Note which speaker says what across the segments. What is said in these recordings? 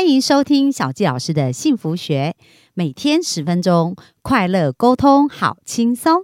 Speaker 1: 欢迎收听小纪老师的幸福学，每天十分钟，快乐沟通，好轻松。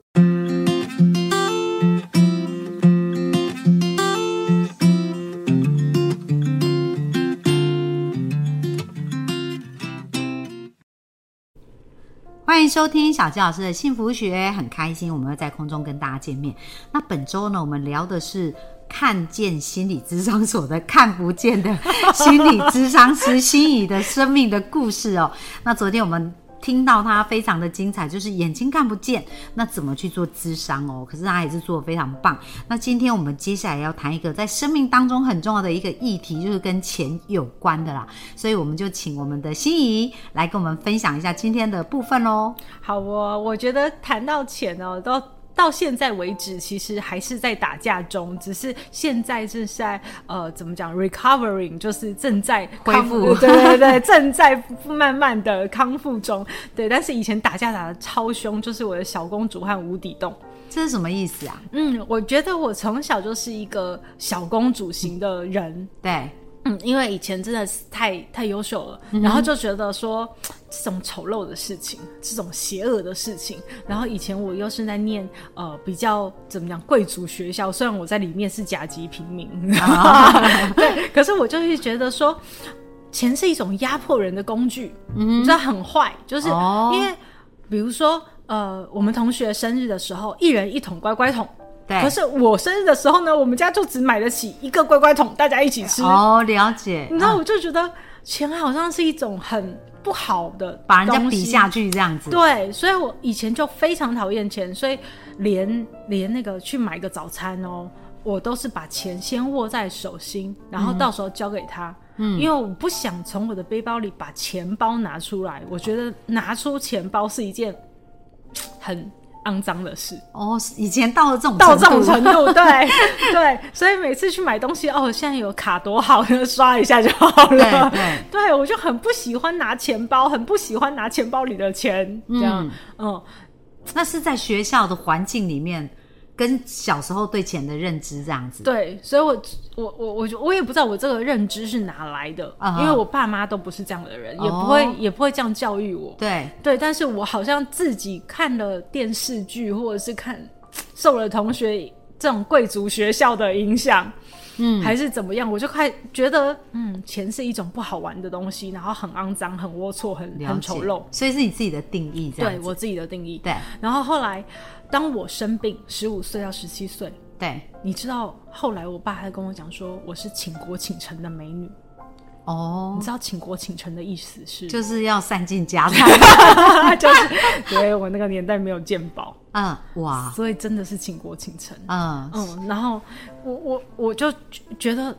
Speaker 1: 欢迎收听小纪老师的幸福学，很开心我们又在空中跟大家见面。那本周呢，我们聊的是看见心理咨商所的看不见的心理咨商师心仪的生命的故事哦。 那昨天我们。听到他非常的精彩，就是眼睛看不见，那怎么去做咨商哦？可是他也是做的非常棒。那今天我们接下来要谈一个在生命当中很重要的一个议题，就是跟钱有关的啦。所以我们就请我们的心仪来跟我们分享一下今天的部分喽。
Speaker 2: 好哦，我觉得谈到钱哦，到到现在为止，其实还是在打架中，只是现在正在呃怎么讲 recovering，就是正在
Speaker 1: 恢
Speaker 2: 康
Speaker 1: 复
Speaker 2: 对 对对，正在慢慢的康复中。对，但是以前打架打的超凶，就是我的小公主和无底洞。
Speaker 1: 这是什么意思啊？
Speaker 2: 嗯，我觉得我从小就是一个小公主型的人，
Speaker 1: 对，
Speaker 2: 嗯，因为以前真的是太太优秀了，
Speaker 1: 嗯
Speaker 2: 然后就觉得说这种丑陋的事情，这种邪恶的事情，然后以前我又是在念呃比较怎么讲贵族学校，虽然我在里面是甲级平民， 对，可是我就是觉得说钱是一种压迫人的工具，你知道很坏，就是
Speaker 1: 嗯哦
Speaker 2: 因为比如说呃我们同学生日的时候，一人一桶乖乖桶。
Speaker 1: 对，
Speaker 2: 可是我生日的时候呢，我们家就只买得起一个乖乖桶，大家一起吃。
Speaker 1: 哦，了解，
Speaker 2: 你知道，
Speaker 1: 嗯
Speaker 2: 我就觉得钱好像是一种很不好的，
Speaker 1: 把人家比下。去这样子，
Speaker 2: 对，所以我以前就非常讨厌钱，所以连连那个去买个早餐哦，我都是把钱先握在手心，然后到时候交给他。嗯，因为我不想从我的背包里把钱包拿出来，我觉得拿出钱包是一件很肮脏的事。
Speaker 1: 哦，以前到了这种
Speaker 2: 到
Speaker 1: 程
Speaker 2: 这种
Speaker 1: 度
Speaker 2: 程度，对 对，所以每次去买东西，哦，现在有卡多好，刷一下就好了。
Speaker 1: 对对
Speaker 2: 我就很不喜欢拿钱包，很不喜欢拿钱包里的钱，这样，嗯，
Speaker 1: 那是在学校的环境里面，跟小时候对钱的认知这样子。
Speaker 2: 对，所以我我我我就我也不知道我这个认知是哪来的
Speaker 1: 啊哈
Speaker 2: 因为我爸妈都不是这样的人，也
Speaker 1: 哦
Speaker 2: 不会、也不会这样教育我。
Speaker 1: 对
Speaker 2: 对，但是我好像自己看了电视剧，或者是看受了同学这种贵族学校的影响，嗯，还是怎么样，我就开觉得，嗯，钱是一种不好玩的东西，然后很肮脏、很龌龊、很
Speaker 1: 了
Speaker 2: 很
Speaker 1: 解
Speaker 2: 丑陋，
Speaker 1: 所以是你自己的定义这样
Speaker 2: 对
Speaker 1: 子。
Speaker 2: 我自己的定义。
Speaker 1: 对
Speaker 2: 然后后来，当我生病，十五岁到十七岁，
Speaker 1: 对
Speaker 2: 你知道，后来我爸还跟我讲说，我是倾国倾城的美女。
Speaker 1: 哦
Speaker 2: 你，知道倾国倾城的意思是？
Speaker 1: 就是要散尽家财。
Speaker 2: 就是，对我那个年代没有健保。
Speaker 1: 嗯，哇，
Speaker 2: 所以真的是倾国倾城。
Speaker 1: 嗯，
Speaker 2: 嗯，然后我我我就觉觉得，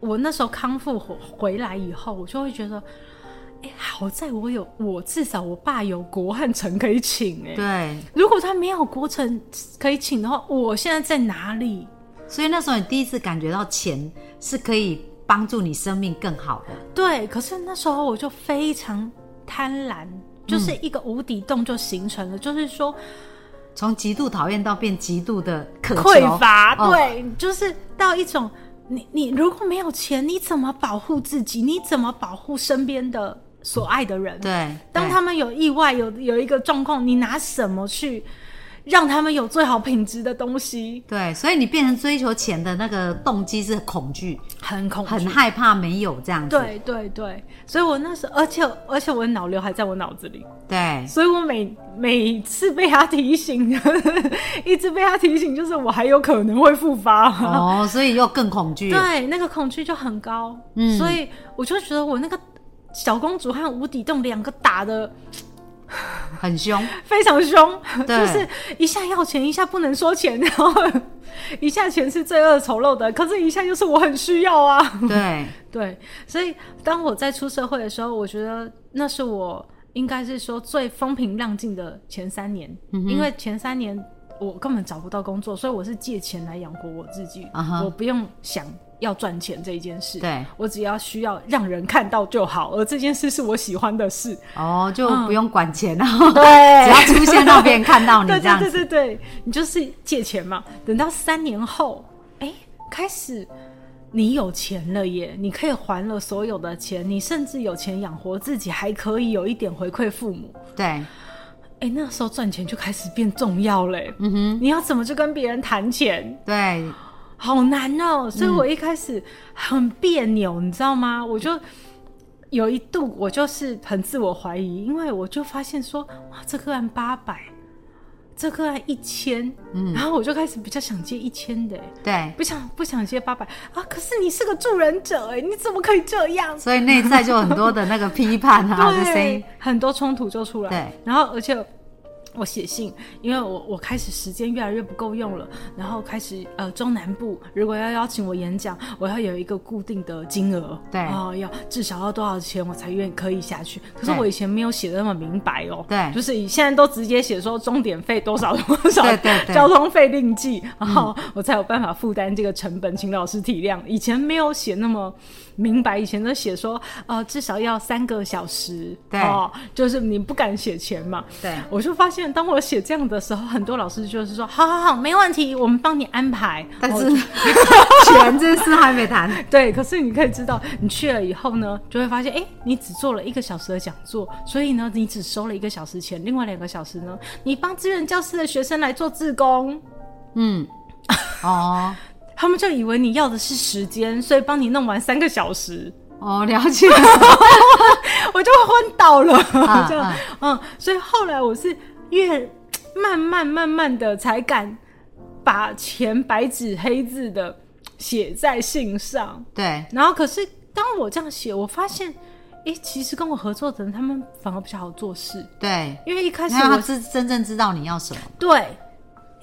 Speaker 2: 我那时候康复回回来以后，我就会觉得，哎、好在我有我至少我爸有国和城可以请哎、
Speaker 1: 对。
Speaker 2: 如果他没有国城可以请的话，我现在在哪里？
Speaker 1: 所以那时候你第一次感觉到钱是可以帮助你生命更好的。
Speaker 2: 对，可是那时候我就非常贪婪，就是一个无底洞就形成了，就是说
Speaker 1: 从极度讨厌到变极度的渴求
Speaker 2: 匮乏，
Speaker 1: 哦
Speaker 2: 对，就是到一种你你如果没有钱，你怎么保护自己？你怎么保护身边的所爱的人？，
Speaker 1: 对，
Speaker 2: 当
Speaker 1: 对
Speaker 2: 他们有意外，有有一个状况，你拿什么去让他们有最好品质的东西？
Speaker 1: 对，所以你变成追求钱的那个动机是恐惧，
Speaker 2: 很恐惧
Speaker 1: 很。害怕没有这样子。
Speaker 2: 对对对，所以我那时候，而且而且我的脑瘤还在我脑子里，
Speaker 1: 对
Speaker 2: 所以我每每次被他提醒， 一直被他提醒，就是我还有可能会复发。
Speaker 1: 哦，所以又更恐惧。
Speaker 2: 对，那个恐惧就很高，
Speaker 1: 嗯
Speaker 2: 所以我就觉得我那个小公主和无底洞两个打的
Speaker 1: 很 凶，
Speaker 2: 非常凶，
Speaker 1: 对
Speaker 2: 就是一下要钱，一下不能说钱，然后 一下钱是罪恶丑陋的，可是一下又是我很需要啊。
Speaker 1: 对，
Speaker 2: 对，所以当我在出社会的时候，我觉得那是我应该是说最风平浪静的前三年，
Speaker 1: 嗯
Speaker 2: 因为前三年我根本找不到工作，所以我是借钱来养活我自己
Speaker 1: 啊哈
Speaker 2: 我不用想要赚钱这一件事，
Speaker 1: 对
Speaker 2: 我只要需要让人看到就好，而这件事是我喜欢的事，
Speaker 1: 哦，就不用管钱，然后
Speaker 2: 对
Speaker 1: 只要出现让别人看哦到你
Speaker 2: 嗯对
Speaker 1: 这样
Speaker 2: 对对
Speaker 1: 子，
Speaker 2: 对对，你就是借钱嘛。等到三年后，哎，开始你有钱了耶，你可以还了所有的钱，你甚至有钱养活自己，还可以有一点回馈父母。
Speaker 1: 对，
Speaker 2: 哎、那时候赚钱就开始变重要嘞、嗯哼，你要怎么去跟别人谈钱？
Speaker 1: 对，
Speaker 2: 好难哦、所以我一开始很别扭，你知道吗？我就有一度我就是很自我怀疑，因为我就发现说，哇，这个案八百，这个案一千，然后我就开始比较想接一千的、欸
Speaker 1: 对，
Speaker 2: 不想不想接八百啊！可是你是个助人者哎、你怎么可以这样？
Speaker 1: 所以内在就很多的那个批判啊的声音
Speaker 2: 对，，很多冲突就出来。
Speaker 1: 对，
Speaker 2: 然后而且我写信，因为我我开始时间越来越不够用了，然后开始呃中南部如果要邀请我演讲，我要有一个固定的金额，
Speaker 1: 对
Speaker 2: 哦、要至少要多少钱我才愿意可以下去。可是
Speaker 1: 对
Speaker 2: 我以前没有写的那么明白哦，
Speaker 1: 对
Speaker 2: 就是以现在都直接写说终点费多少多少，
Speaker 1: 对对对
Speaker 2: 交通费另计，
Speaker 1: 嗯
Speaker 2: 然后我才有办法负担这个成本，请老师体谅。以前没有写那么明白，以前都写说，呃，至少要三个小时，
Speaker 1: 对
Speaker 2: 哦，就是你不敢写钱嘛。
Speaker 1: 对
Speaker 2: 我就发现，当我写这样的时候，很多老师就是说，好好好，没问题，我们帮你安排。
Speaker 1: 但
Speaker 2: 哦
Speaker 1: 是 钱这事还没谈，
Speaker 2: 对，可是你可以知道，你去了以后呢，就会发现，哎，你只做了一个小时的讲座，所以呢，你只收了一个小时钱，另外两个小时呢，你帮志愿教师的学生来做志工，
Speaker 1: 嗯，哦
Speaker 2: 他们就以为你要的是时间，所以帮你弄完三个小时，
Speaker 1: 哦，了解，
Speaker 2: 我就昏倒了。 这样
Speaker 1: 啊，
Speaker 2: 嗯，所以后来我是越慢慢慢慢的才敢把钱白纸黑字的写在信上，
Speaker 1: 对
Speaker 2: 然后可是当我这样写，我发现，诶，其实跟我合作的人他们反而比较好做事，
Speaker 1: 对，
Speaker 2: 因为一开始
Speaker 1: 因为他
Speaker 2: 我
Speaker 1: 知真正知道你要什么，
Speaker 2: 对。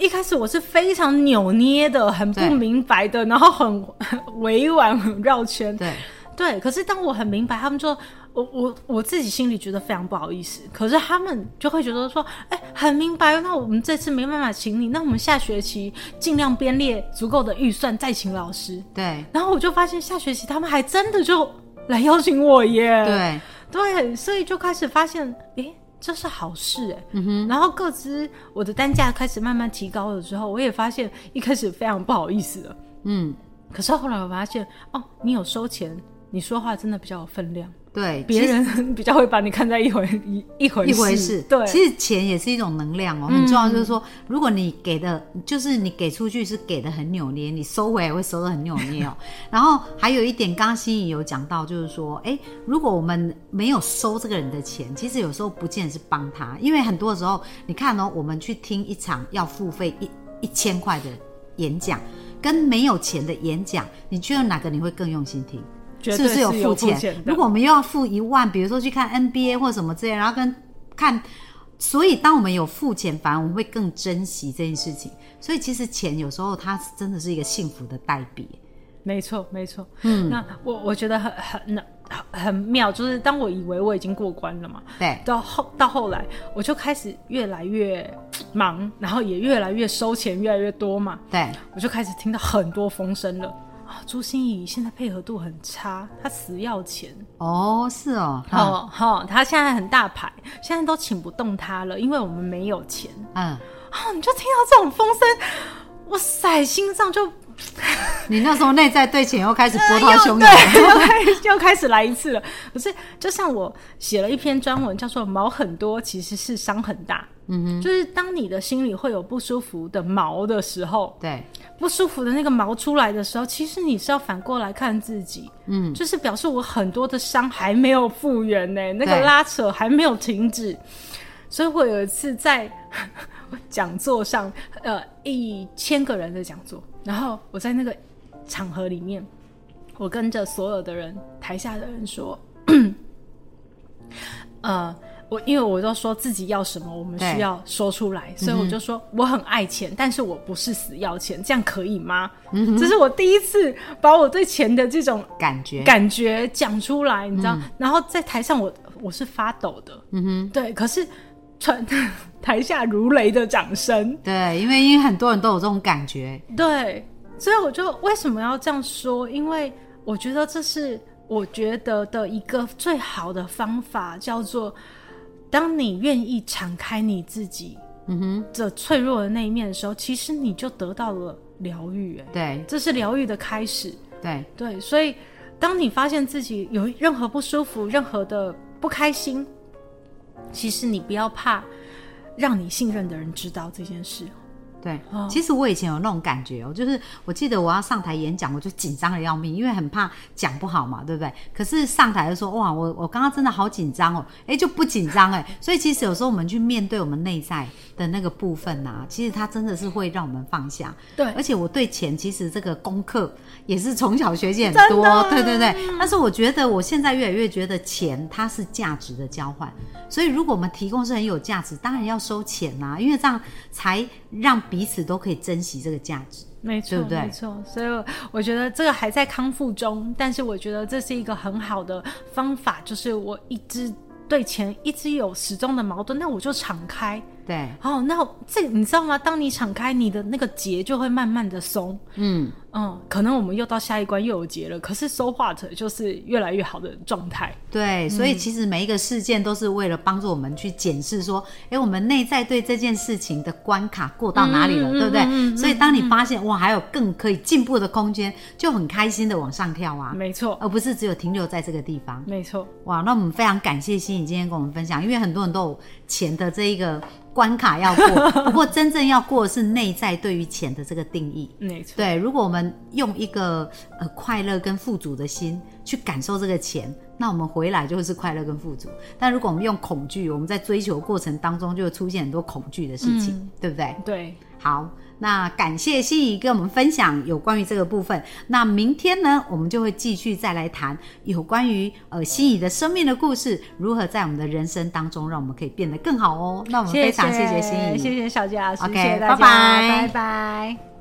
Speaker 2: 一开始我是非常扭捏的，很不
Speaker 1: 对
Speaker 2: 明白的，然后很 很委婉、很绕圈，
Speaker 1: 对
Speaker 2: 对，可是当我很明白，他们就我我我自己心里觉得非常不好意思，可是他们就会觉得说，哎、很明白，那我们这次没办法请你，那我们下学期尽量编列足够的预算再请老师。
Speaker 1: 对
Speaker 2: 然后我就发现下学期他们还真的就来邀请我耶，
Speaker 1: 对
Speaker 2: 对，所以就开始发现，哎、这是好事哎、然后各自我的单价开始慢慢提高了之后，我也发现一开始非常不好意思了。
Speaker 1: 嗯
Speaker 2: 可是后来我发现，哦，你有收钱，你说话真的比较有分量，
Speaker 1: 对，
Speaker 2: 别人 比较会把你看在一回一一回
Speaker 1: 一回事。
Speaker 2: 对，嗯
Speaker 1: 其实钱也是一种能量哦，很重要。就是说，如果你给的，就是你给出去是给的很扭捏，你收回来也会收的很扭捏哦。 然后还有一点，刚刚心怡有讲到，就是说，哎，如果我们没有收这个人的钱，其实有时候不见得是帮他，因为很多时候，你看哦，我们去听一场要付费一一千块的演讲，跟没有钱的演讲，你觉得哪个你会更用心听？
Speaker 2: 绝
Speaker 1: 是不
Speaker 2: 对
Speaker 1: 是有
Speaker 2: 有
Speaker 1: 钱？
Speaker 2: 钱的。
Speaker 1: 如果我们又要付一万，比如说去看 NBA 或什么之类，然后跟看，所以当我们有付钱，反而我们会更珍惜这件事情。所以其实钱有时候它是真的是一个幸福的代币。
Speaker 2: 没错，没错。嗯，那我我觉得很很很很妙，就是当我以为我已经过关了嘛，
Speaker 1: 对
Speaker 2: 到后到后来，我就开始越来越忙，然后也越来越收钱，越来越多嘛。
Speaker 1: 对
Speaker 2: 我就开始听到很多风声了啊！朱心怡现在配合度很差，她死要钱。
Speaker 1: 哦，是哦，嗯
Speaker 2: 哦，好、她现在很大牌，现在都请不动她了，因为我们没有钱。
Speaker 1: 嗯，
Speaker 2: 哦，你就听到这种风声，哇塞，心脏就
Speaker 1: 你那时候内在对钱又开始波涛汹
Speaker 2: 又
Speaker 1: 涌。
Speaker 2: 哎对， 又开始又开始来一次了。可是，就像我写了一篇专文，叫做“毛很多其实是伤很大”。嗯哼，就是当你的心里会有不舒服的毛的时候，
Speaker 1: 对
Speaker 2: 不舒服的那个毛出来的时候，其实你是要反过来看自己，嗯，就是表示我很多的伤还没有复原呢、那个
Speaker 1: 对
Speaker 2: 拉扯还没有停止。所以我有一次在 讲座上，呃，一千个人的讲座，然后我在那个场合里面，我跟着所有的人，台下的人说， 呃，我因为我都说自己要什么，我们
Speaker 1: 对
Speaker 2: 需要说出来，所以我就说我很爱钱，但是我不是死要钱，这样可以吗？这是我第一次把我对钱的这种
Speaker 1: 感觉
Speaker 2: 感觉讲出来，你知道？然后在台上我我是发抖的，嗯哼，对，可是传 台下如雷的掌声，
Speaker 1: 对，因为因为很多人都有这种感觉。
Speaker 2: 对，所以我就为什么要这样说？因为我觉得这是我觉得的一个最好的方法，叫做当你愿意敞开你自己，嗯哼，这脆弱的那一面的时候，其实你就得到了疗愈、哎，
Speaker 1: 对
Speaker 2: 这是疗愈的开始。
Speaker 1: 对，
Speaker 2: 对，所以当你发现自己有任何不舒服、任何的不开心，其实你不要怕让你信任的人知道这件事。
Speaker 1: 对，其实我以前有那种感觉哦，就是我记得我要上台演讲，我就紧张的要命，因为很怕讲不好嘛，对不对？可是上台就说哇，我我刚刚真的好紧张哦，哎就不紧张哎，所以其实有时候我们去面对我们内在的那个部分呐、其实它真的是会让我们放下。
Speaker 2: 对
Speaker 1: 而且我对钱其实这个功课也是从小学习很
Speaker 2: 真的
Speaker 1: 多，对对对。但是我觉得我现在越来越觉得钱它是价值的交换，所以如果我们提供是很有价值，当然要收钱啦、因为这样才让彼此都可以珍惜这个价值。
Speaker 2: 没错，
Speaker 1: 对不对
Speaker 2: 没错，所以我我觉得这个还在康复中，但是我觉得这是一个很好的方法，就是我一直对钱一直有始终的矛盾，那我就敞开。
Speaker 1: 对，
Speaker 2: 哦，那这你知道吗？当你敞开，你的那个结就会慢慢的松。
Speaker 1: 嗯，
Speaker 2: 嗯，可能我们又到下一关又有结了，可是 so what 就是越来越好的状态。
Speaker 1: 对，所
Speaker 2: 嗯
Speaker 1: 以其实每一个事件都是为了帮助我们去检视说，诶，我们内在对这件事情的关卡过到哪里了，
Speaker 2: 嗯嗯
Speaker 1: 对不对？
Speaker 2: 嗯嗯嗯
Speaker 1: 所以当你发现哇，还有更可以进步的空间，就很开心的往上跳啊。
Speaker 2: 没错，
Speaker 1: 而不是只有停留在这个地方。
Speaker 2: 没错，
Speaker 1: 哇，那我们非常感谢欣怡今天跟我们分享，因为很多人都有钱的这一个关卡要过，不过真正要过的是内在对于钱的这个定义。
Speaker 2: 没错。
Speaker 1: 对，如果我们用一个呃快乐跟富足的心去感受这个钱，那我们回来就会是快乐跟富足。但如果我们用恐惧，我们在追求过程当中就会出现很多恐惧的事情，
Speaker 2: 嗯
Speaker 1: 对不对？
Speaker 2: 对，
Speaker 1: 好，那感谢心怡跟我们分享有关于这个部分。那明天呢，我们就会继续再来谈有关于呃心怡的生命的故事，如何在我们的人生当中，让我们可以哦变得更好哦。那我们非常谢谢心怡，
Speaker 2: 谢谢小佳，谢
Speaker 1: OK，
Speaker 2: 谢大家，
Speaker 1: 拜拜
Speaker 2: 拜拜